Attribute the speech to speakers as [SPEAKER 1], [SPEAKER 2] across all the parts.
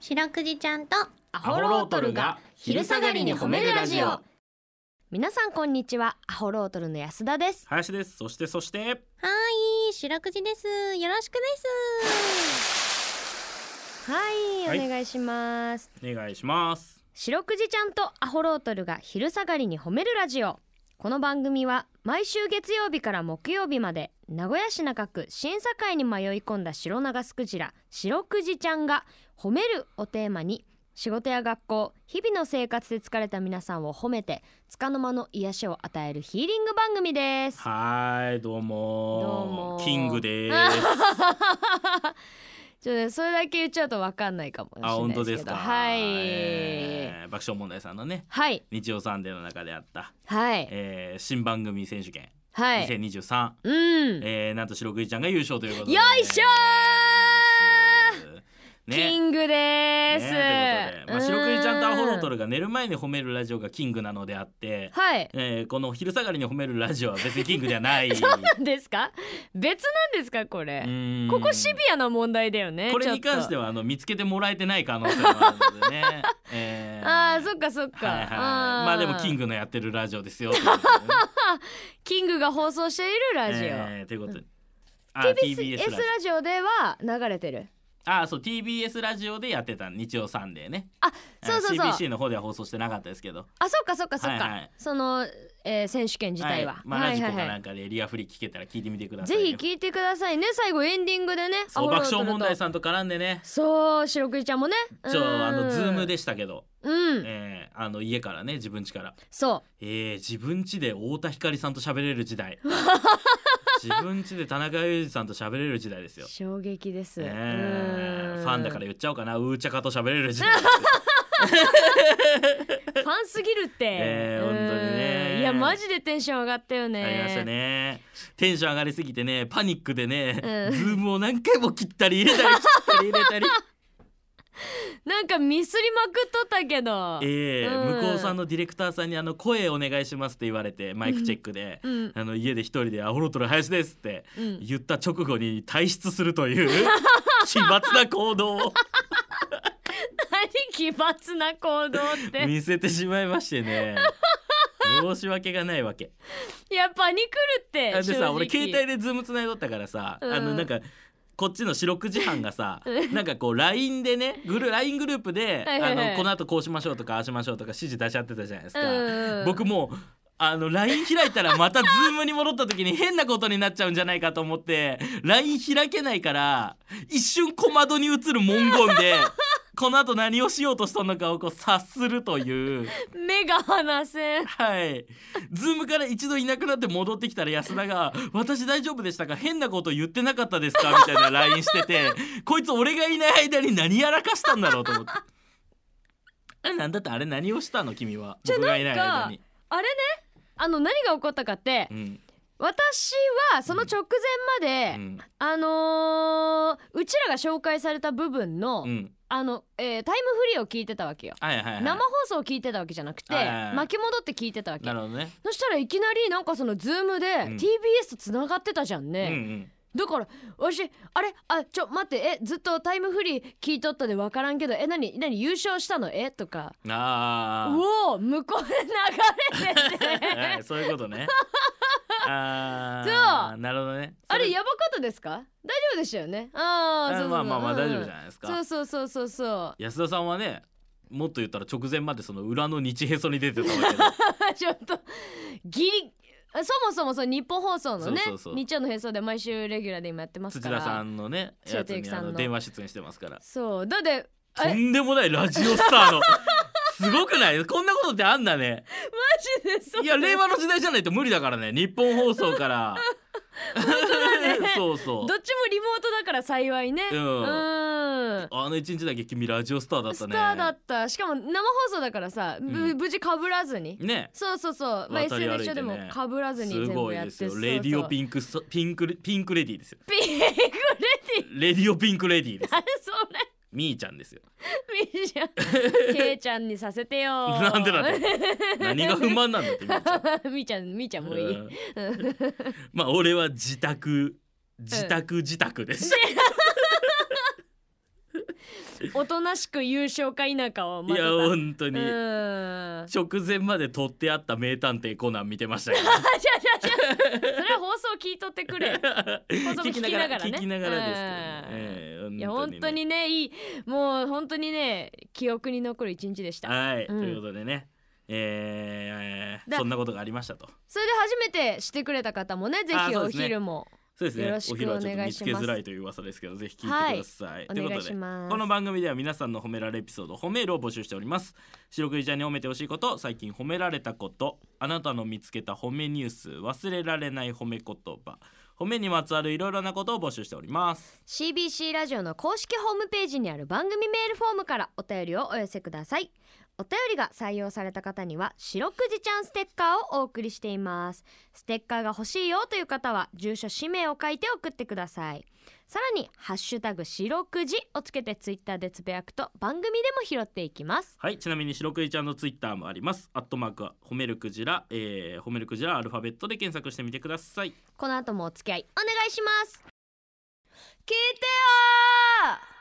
[SPEAKER 1] 白くじちゃんと
[SPEAKER 2] ア
[SPEAKER 3] ホロートルが昼下がりに褒めるラジオ
[SPEAKER 2] 皆さんこんにちはアホロートルの安田です
[SPEAKER 3] 林ですそしてそして
[SPEAKER 1] はい白くじですよろしくです
[SPEAKER 2] はい、
[SPEAKER 3] はい
[SPEAKER 2] お願いします
[SPEAKER 3] お願いします
[SPEAKER 2] 白くじちゃんとアホロートルが昼下がりに褒めるラジオこの番組は毎週月曜日から木曜日まで名古屋市中区審査会に迷い込んだ白長スクジラ白くじちゃんが褒めるをテーマに仕事や学校日々の生活で疲れた皆さんを褒めて束の間の癒しを与えるヒーリング番組です
[SPEAKER 3] はーいどうもー
[SPEAKER 2] どうもー
[SPEAKER 3] キン グでーす
[SPEAKER 2] ちょっとねそれだけ言っちゃうとわかんないかもしれ
[SPEAKER 3] あ
[SPEAKER 2] ない
[SPEAKER 3] 本
[SPEAKER 2] で
[SPEAKER 3] 当
[SPEAKER 2] すけど
[SPEAKER 3] ですか
[SPEAKER 2] はい、
[SPEAKER 3] えー爆笑問題さんのね
[SPEAKER 2] はい
[SPEAKER 3] 日曜サンデーの中であった、
[SPEAKER 2] はい
[SPEAKER 3] えー新番組選手権
[SPEAKER 2] はい
[SPEAKER 3] 2023、
[SPEAKER 2] うん、
[SPEAKER 3] えーなんと白くじちゃんが優勝ということで
[SPEAKER 2] よいしょー、キ
[SPEAKER 3] ね
[SPEAKER 2] ング
[SPEAKER 3] ね
[SPEAKER 2] です、
[SPEAKER 3] ということで、まあ、白くじちゃんとアホロート
[SPEAKER 2] る
[SPEAKER 3] ルが寝る前に褒めるラジオがキングなのであって、
[SPEAKER 2] はい
[SPEAKER 3] えーこの昼下がりに褒めるラジオは別にキングではない。
[SPEAKER 2] なんですか別なんですかこれ、こ
[SPEAKER 3] こ
[SPEAKER 2] こシビアな問題だよね
[SPEAKER 3] これに関して
[SPEAKER 2] は
[SPEAKER 3] はあの見つけてもらえてない可能性もあるので ね。えー
[SPEAKER 2] あーそっかそっか、
[SPEAKER 3] はいはい、まあでもキン
[SPEAKER 2] グ
[SPEAKER 3] グのやってるラジ オですよ。ということでね
[SPEAKER 2] キングが放送しているラジオ、
[SPEAKER 3] えーということで。あ
[SPEAKER 2] TBS
[SPEAKER 3] TBS ラジオ
[SPEAKER 2] ラジオでは流れてる
[SPEAKER 3] あそう TBS ラジオでやってた日曜サンデーね
[SPEAKER 2] あ
[SPEAKER 3] えー
[SPEAKER 2] そうそうそう
[SPEAKER 3] CBC の方では放送してなかったですけど
[SPEAKER 2] あそっかそっかそっか、
[SPEAKER 3] はいはい
[SPEAKER 2] その、えー選手権自体は、
[SPEAKER 3] まあ、ラジコか
[SPEAKER 2] は
[SPEAKER 3] ないんかでリアフリ聞けたら聞いてみてくださ
[SPEAKER 2] ぜ
[SPEAKER 3] いよ
[SPEAKER 2] ひ聞いてくださいね最後エンディングでね
[SPEAKER 3] そ
[SPEAKER 2] ア
[SPEAKER 3] う
[SPEAKER 2] ホロー
[SPEAKER 3] 爆
[SPEAKER 2] トルと
[SPEAKER 3] 笑問題さんと絡んでね
[SPEAKER 2] そう白くじちゃんもね
[SPEAKER 3] ちょあのズーム
[SPEAKER 2] で
[SPEAKER 3] でしたけど、
[SPEAKER 2] うん
[SPEAKER 3] えーあの家からね自分家から
[SPEAKER 2] そ
[SPEAKER 3] えー、自分家で太田光さんと喋れる時 代自分家で田中裕二さんと喋れる時代です
[SPEAKER 2] う
[SPEAKER 3] よ、
[SPEAKER 2] 衝撃です、
[SPEAKER 3] ねえ
[SPEAKER 2] うん
[SPEAKER 3] ファンだから言っちゃおうかなうーちゃかと喋れる時代
[SPEAKER 2] ファンすぎるって、
[SPEAKER 3] え
[SPEAKER 2] うん
[SPEAKER 3] 本当にね
[SPEAKER 2] いやマジでテンション上がったよね
[SPEAKER 3] ありましたねテンション上がりすぎてねパニックでね、
[SPEAKER 2] うん
[SPEAKER 3] ズームを何回も切ったり入れたり切ったり入れ たり
[SPEAKER 2] なんかミスりまくっとったけど
[SPEAKER 3] ええ
[SPEAKER 2] うん
[SPEAKER 3] 向こうさんのディレクターさんにあの声お願いしますって言われてマイクチェックで、
[SPEAKER 2] うん
[SPEAKER 3] あの家で一人でアホロトル林ですって
[SPEAKER 2] うん
[SPEAKER 3] 言った直後に退出するという 奇抜な行動を
[SPEAKER 2] 何奇抜な行動って
[SPEAKER 3] 見せてしまいまし てね申し訳がないわけ
[SPEAKER 2] いやパニクるって
[SPEAKER 3] あで
[SPEAKER 2] 正
[SPEAKER 3] さ
[SPEAKER 2] 直
[SPEAKER 3] 俺携帯でズームつないとったからさ、
[SPEAKER 2] うん
[SPEAKER 3] あのなんかこっちの四六時半がさ
[SPEAKER 2] う
[SPEAKER 3] なんかこう LINE でねグル LINE グループで
[SPEAKER 2] はいはいはい
[SPEAKER 3] あのこの後こうしましょうとかああしましょうとか指示出し合ってたじゃないですか、
[SPEAKER 2] うん
[SPEAKER 3] 僕もうあの LINE 開いたらまた Zoom に戻った時に 変なことになっちゃうんじゃないかと思って LINE 開けないから一瞬小窓に映る文言でこの後何をしようとしたのかをこう察するという。
[SPEAKER 2] 目が離せん
[SPEAKER 3] はい。ズームから一度いなくなって戻ってきたら安田が「私大丈夫でしたか変なこと言ってなかったですか?」みたいな LINE しててこいつ俺がいない間に何やらかしたんだろうと思って。あれなんだってあれ何をしたの君は
[SPEAKER 2] じゃ
[SPEAKER 3] 僕がいない間に。
[SPEAKER 2] あれねあの何が起こったかって、
[SPEAKER 3] うん
[SPEAKER 2] 私はその直前まで、
[SPEAKER 3] うん
[SPEAKER 2] あのーうちらが紹介された部分の、
[SPEAKER 3] うん
[SPEAKER 2] あの、えータイムフリーを聞いてたわけよ、
[SPEAKER 3] はいはいはい。
[SPEAKER 2] 生放送を聞いてたわけじゃなくて、
[SPEAKER 3] はいはいはい
[SPEAKER 2] 巻き戻って聞いてたわけ
[SPEAKER 3] なるほどね。
[SPEAKER 2] そしたらいきなりなんかそのズームで
[SPEAKER 3] ん
[SPEAKER 2] TBS とつながってたじゃん
[SPEAKER 3] うんう
[SPEAKER 2] ね、
[SPEAKER 3] ん。
[SPEAKER 2] だから私あれあちょ待ってえずっとタイムフリー聞いとったで分からんけどえ何何優勝したのえとか
[SPEAKER 3] ああ。
[SPEAKER 2] おお向こうで流 れてて
[SPEAKER 3] はいそういうこ とね。あ
[SPEAKER 2] そ
[SPEAKER 3] あ。なるほどね。
[SPEAKER 2] あれやばかったですか大丈夫でしたよねああそうそうそう
[SPEAKER 3] まあまあまあ
[SPEAKER 2] うんうん
[SPEAKER 3] 大丈夫じゃないですか。
[SPEAKER 2] そうそうそうそうそう
[SPEAKER 3] 安田さんはねもっと言ったら直前までその裏の日へそに出てたわ けで
[SPEAKER 2] ちょっとギリそもそもその日本放送のね
[SPEAKER 3] そうそうそう
[SPEAKER 2] 日曜のへそで毎週レギュラーで今やってます
[SPEAKER 3] 土
[SPEAKER 2] から
[SPEAKER 3] 田さんのね
[SPEAKER 2] 土田
[SPEAKER 3] やつ
[SPEAKER 2] 定
[SPEAKER 3] に
[SPEAKER 2] 期さ
[SPEAKER 3] あ
[SPEAKER 2] んの
[SPEAKER 3] の電話出演してますから
[SPEAKER 2] そうだってあ
[SPEAKER 3] と
[SPEAKER 2] れマ
[SPEAKER 3] んでもないラジオスターのすごくないこんなことってあんだね
[SPEAKER 2] ジで そう
[SPEAKER 3] いや令和の時代じゃないと無理だからね日本放送から そうそ
[SPEAKER 2] ど
[SPEAKER 3] う
[SPEAKER 2] っちもリモートだから幸いね
[SPEAKER 3] うん
[SPEAKER 2] うん
[SPEAKER 3] あの一日だけ君ラジオスターだった
[SPEAKER 2] ス
[SPEAKER 3] ね
[SPEAKER 2] ターだったしかも生放送だからさぶ
[SPEAKER 3] うん
[SPEAKER 2] 無事かぶらずに
[SPEAKER 3] ね
[SPEAKER 2] そうそうそうまあ
[SPEAKER 3] 渡り歩い
[SPEAKER 2] SNS 上
[SPEAKER 3] てね
[SPEAKER 2] でもかぶらずに
[SPEAKER 3] す
[SPEAKER 2] 全
[SPEAKER 3] ご
[SPEAKER 2] 部
[SPEAKER 3] い
[SPEAKER 2] やっ
[SPEAKER 3] で
[SPEAKER 2] て
[SPEAKER 3] すよ
[SPEAKER 2] そうそう
[SPEAKER 3] レディオピンクスピンクピンクレディーですよ
[SPEAKER 2] ピンクレディ
[SPEAKER 3] レディオピンクレディ ーです
[SPEAKER 2] あれそれ
[SPEAKER 3] みーちゃんですよ
[SPEAKER 2] みーちゃんケイちゃんにさせてよ
[SPEAKER 3] なんでなんだよ何が不満なんだってみーちゃん
[SPEAKER 2] みーちゃんみーちゃんもういい
[SPEAKER 3] うん まあ俺は自宅自宅自宅です、
[SPEAKER 2] おとなしく優勝か否かを
[SPEAKER 3] い
[SPEAKER 2] 待って
[SPEAKER 3] や
[SPEAKER 2] た
[SPEAKER 3] 本当
[SPEAKER 2] う
[SPEAKER 3] に
[SPEAKER 2] ーん
[SPEAKER 3] 直前まで撮ってあった名探偵コナン見てましたけど
[SPEAKER 2] あじゃあじゃあじゃあそれは放送聞いとってく れ放送も聞きながらね
[SPEAKER 3] 聞きながらですけどね、ええ
[SPEAKER 2] いや本当にねいいもう本当にね記憶に残る一日でした
[SPEAKER 3] はい、
[SPEAKER 2] うん
[SPEAKER 3] ということでねえー
[SPEAKER 2] だ
[SPEAKER 3] そんなことがありましたと
[SPEAKER 2] それで初めてしてくれた方もねぜ
[SPEAKER 3] あ
[SPEAKER 2] ひ
[SPEAKER 3] そう
[SPEAKER 2] お
[SPEAKER 3] ですね
[SPEAKER 2] 昼も
[SPEAKER 3] そうですね
[SPEAKER 2] よろしく
[SPEAKER 3] お昼はちょっ
[SPEAKER 2] お
[SPEAKER 3] と
[SPEAKER 2] 願
[SPEAKER 3] 見
[SPEAKER 2] い
[SPEAKER 3] つ
[SPEAKER 2] し
[SPEAKER 3] け
[SPEAKER 2] ます
[SPEAKER 3] づらいという噂ですけどぜひ聞
[SPEAKER 2] はい
[SPEAKER 3] て
[SPEAKER 2] い
[SPEAKER 3] ください、
[SPEAKER 2] お
[SPEAKER 3] というこ
[SPEAKER 2] 願い
[SPEAKER 3] とで
[SPEAKER 2] します
[SPEAKER 3] この番組では皆さんの褒められエピソード褒めールを募集しております白くじちゃんに褒めてほしいこと最近褒められたことあなたの見つけた褒めニュース忘れられない褒め言葉褒めにまつわるいろいろなことを募集しております
[SPEAKER 2] CBC ラジオの公式ホームページにある番組メールフォームからお便りをお寄せくださいお便りが採用された方には「白くじちゃんステッカー」をお送りしていますステッカーが欲しいよという方は住所氏名を書いて送ってくださいさらに「ハッシュタグ白くじ」をつけてツイッターでつぶやくと番組でも拾っていきます
[SPEAKER 3] はいちなみに白くじちゃんのツイッターもありますアットマークは褒めるクジラ、えー、褒めるクジラアルファベットで検索してみてください
[SPEAKER 2] この後もお付き合いお願いします聞いてよー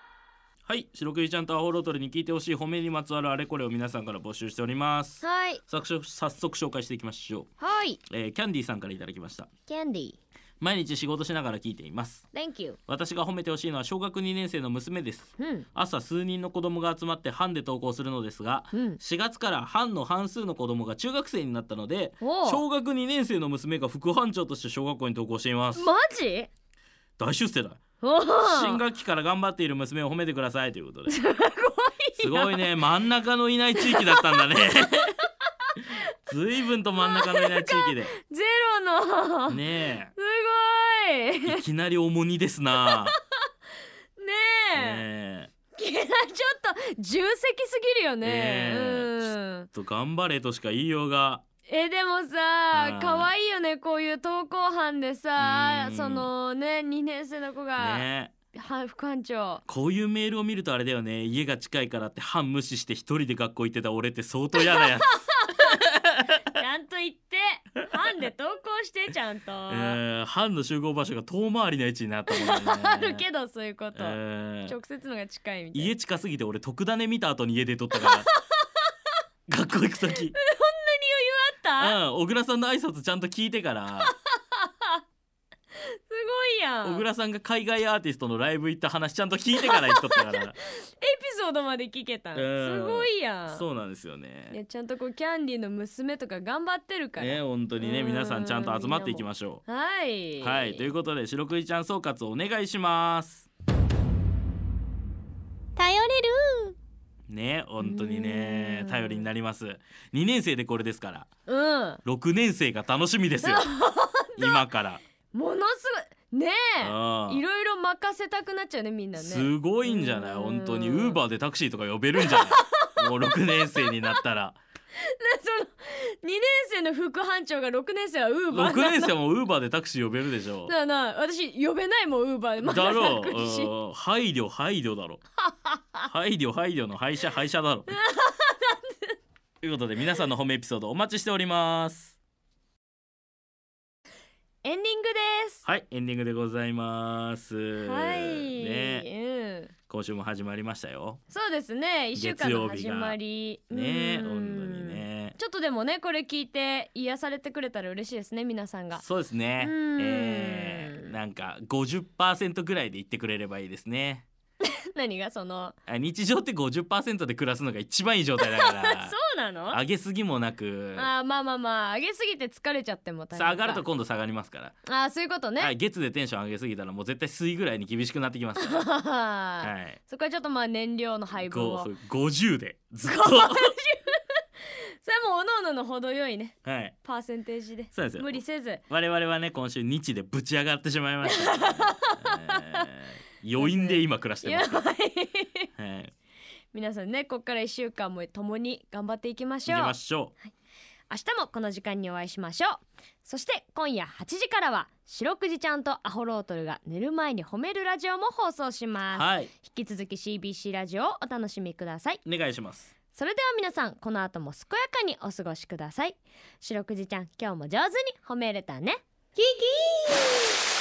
[SPEAKER 3] はい白くじちゃんとアホロトルに聞いてほしい褒めにまつわるあれこれを皆さんから募集しております
[SPEAKER 2] はい
[SPEAKER 3] 早速早速紹介していきましょう
[SPEAKER 2] はい
[SPEAKER 3] えーキャンディーさんからいただきました
[SPEAKER 2] キャンディー
[SPEAKER 3] 毎日仕事しながら聞いています
[SPEAKER 2] Thank you
[SPEAKER 3] 私が褒めてほしいのは小学2年生の娘です
[SPEAKER 2] うん
[SPEAKER 3] 朝数人の子供が集まって班で登校するのですが
[SPEAKER 2] うん
[SPEAKER 3] 4月から班の半数の子供が中学生になったので
[SPEAKER 2] おう
[SPEAKER 3] 小学2年生の娘が副班長として小学校に登校しています
[SPEAKER 2] マジ
[SPEAKER 3] 大出世だ
[SPEAKER 2] お
[SPEAKER 3] 新学期から頑張っている娘を褒めてくださいということですごいね真ん中のいない地域だったん だね随分と真ん中のいない地域で
[SPEAKER 2] ゼロの、
[SPEAKER 3] ね
[SPEAKER 2] すごいね
[SPEAKER 3] えいきなり重荷ですな
[SPEAKER 2] え、
[SPEAKER 3] ねえ
[SPEAKER 2] いやちょっと重責すぎるよね
[SPEAKER 3] ねえ
[SPEAKER 2] うん
[SPEAKER 3] と頑張れとしか言いようが
[SPEAKER 2] えでも
[SPEAKER 3] う
[SPEAKER 2] さ
[SPEAKER 3] ん
[SPEAKER 2] 可愛いよねこういう登校班でさ
[SPEAKER 3] うん
[SPEAKER 2] そのね2年生の子が、
[SPEAKER 3] ねえ
[SPEAKER 2] はい副班 長
[SPEAKER 3] こういうメールを見るとあれだよね家が近いからって半無視して一人で学校行ってた俺って相当嫌なやつ
[SPEAKER 2] ちゃんと言って班で登校してちゃんと、
[SPEAKER 3] えー班の集合場所が遠回りの位置になったもんね
[SPEAKER 2] あ るけどそういうこと、
[SPEAKER 3] えー
[SPEAKER 2] 直接のが近いみたいな
[SPEAKER 3] 家近すぎて俺特ダネ見た後に家出とったから学校行く時う
[SPEAKER 2] あった
[SPEAKER 3] ん小倉さんの挨拶ちゃんと聞いてから
[SPEAKER 2] すごいや
[SPEAKER 3] 小
[SPEAKER 2] んエピ
[SPEAKER 3] 倉さんが海外アーティストのライブ行った話ちゃんと聞いてから行っとったから
[SPEAKER 2] ソードまで聞けたん
[SPEAKER 3] う
[SPEAKER 2] す
[SPEAKER 3] ん
[SPEAKER 2] ごいやん
[SPEAKER 3] そうなんですよ
[SPEAKER 2] ね、
[SPEAKER 3] ね
[SPEAKER 2] ちゃんとこうキャンディーの娘とか頑張ってるから、
[SPEAKER 3] ね本当にね
[SPEAKER 2] うん
[SPEAKER 3] 皆さんちゃんと集まっていきましょう
[SPEAKER 2] はい
[SPEAKER 3] はい、ということで白クイちゃん総括お願いします。
[SPEAKER 1] 頼れる
[SPEAKER 3] ね、本当にね
[SPEAKER 2] う、ん
[SPEAKER 3] 頼りになります。2年生でこれですから、
[SPEAKER 2] うん
[SPEAKER 3] 6年生が楽し みですよ。今から。
[SPEAKER 2] ものすごいね
[SPEAKER 3] あ
[SPEAKER 2] えいろいろ任せたくなっちゃうねみんなね
[SPEAKER 3] すごいんじゃない
[SPEAKER 2] うん
[SPEAKER 3] 本当に。ウーバーでタクシーとか呼べるんじゃないもう6年生になったら。
[SPEAKER 2] その2年生の副班長が6年生 はウーバ
[SPEAKER 3] 6
[SPEAKER 2] ーな
[SPEAKER 3] 年生もウーバーでタクシー呼べるでしょ。
[SPEAKER 2] なあなあ私呼べないもんウーバーでま
[SPEAKER 3] だろ
[SPEAKER 2] 楽しいう
[SPEAKER 3] うん配慮配慮 だろ配慮配慮の廃車廃車だろということで皆さんの褒めエピソードお待ちしております
[SPEAKER 2] エンディングです
[SPEAKER 3] はい、エンディングでございます。
[SPEAKER 2] はい、
[SPEAKER 3] ね、
[SPEAKER 2] うん、
[SPEAKER 3] 今週も始まりましたよ。
[SPEAKER 2] そうですね一週間の始まり
[SPEAKER 3] ね、
[SPEAKER 2] うん
[SPEAKER 3] 本当にね。
[SPEAKER 2] ちょっとでもねこれ聞いて癒されてくれたら嬉しいですね皆さん が
[SPEAKER 3] そうですね。
[SPEAKER 2] うん
[SPEAKER 3] えーなんか50%ぐらいで言ってくれればいいですね。
[SPEAKER 2] 何がその
[SPEAKER 3] あ日常って50%で暮らすのが一番いい状態だか ら
[SPEAKER 2] そ。うなのあ
[SPEAKER 3] 上げすぎもなく。
[SPEAKER 2] ーまあまあまあ上げすぎて疲れちゃっても大変
[SPEAKER 3] さ
[SPEAKER 2] か
[SPEAKER 3] あ上がると今度下がりますから、
[SPEAKER 2] あーそういうことね、
[SPEAKER 3] はい、月でテンション上げすぎたらもう絶対水ぐらいに厳しくなってきますか ら、
[SPEAKER 2] は
[SPEAKER 3] はい、
[SPEAKER 2] い、そこはちょっとまあ燃料の配分を
[SPEAKER 3] ご
[SPEAKER 2] それ
[SPEAKER 3] 50でずっと
[SPEAKER 2] はもうおのおのの程よいね
[SPEAKER 3] はい
[SPEAKER 2] パーセンテージで
[SPEAKER 3] そうなんですよ
[SPEAKER 2] 無理せず
[SPEAKER 3] 我々はね今週日でぶち上がってしまい ましたね、えー余韻で今暮らして
[SPEAKER 2] や
[SPEAKER 3] ますか
[SPEAKER 2] ばい
[SPEAKER 3] ら、はい、
[SPEAKER 2] 皆さんねこっから一週間も共に頑張っていきまし
[SPEAKER 3] 行
[SPEAKER 2] ょ
[SPEAKER 3] き
[SPEAKER 2] う
[SPEAKER 3] ましょ
[SPEAKER 2] 明日もこの時間にお会いしましょうそして今夜8時からは白くじちゃんとアホロートルが寝る前に褒めるラジオも放送し
[SPEAKER 3] う
[SPEAKER 2] ます、
[SPEAKER 3] はい
[SPEAKER 2] 引き続き CBC ラジオをお楽しみください
[SPEAKER 3] お願いします
[SPEAKER 2] それでは皆さんこの後も健やかにお過ごしください白くじちゃん今日も上手に褒めれたねキキー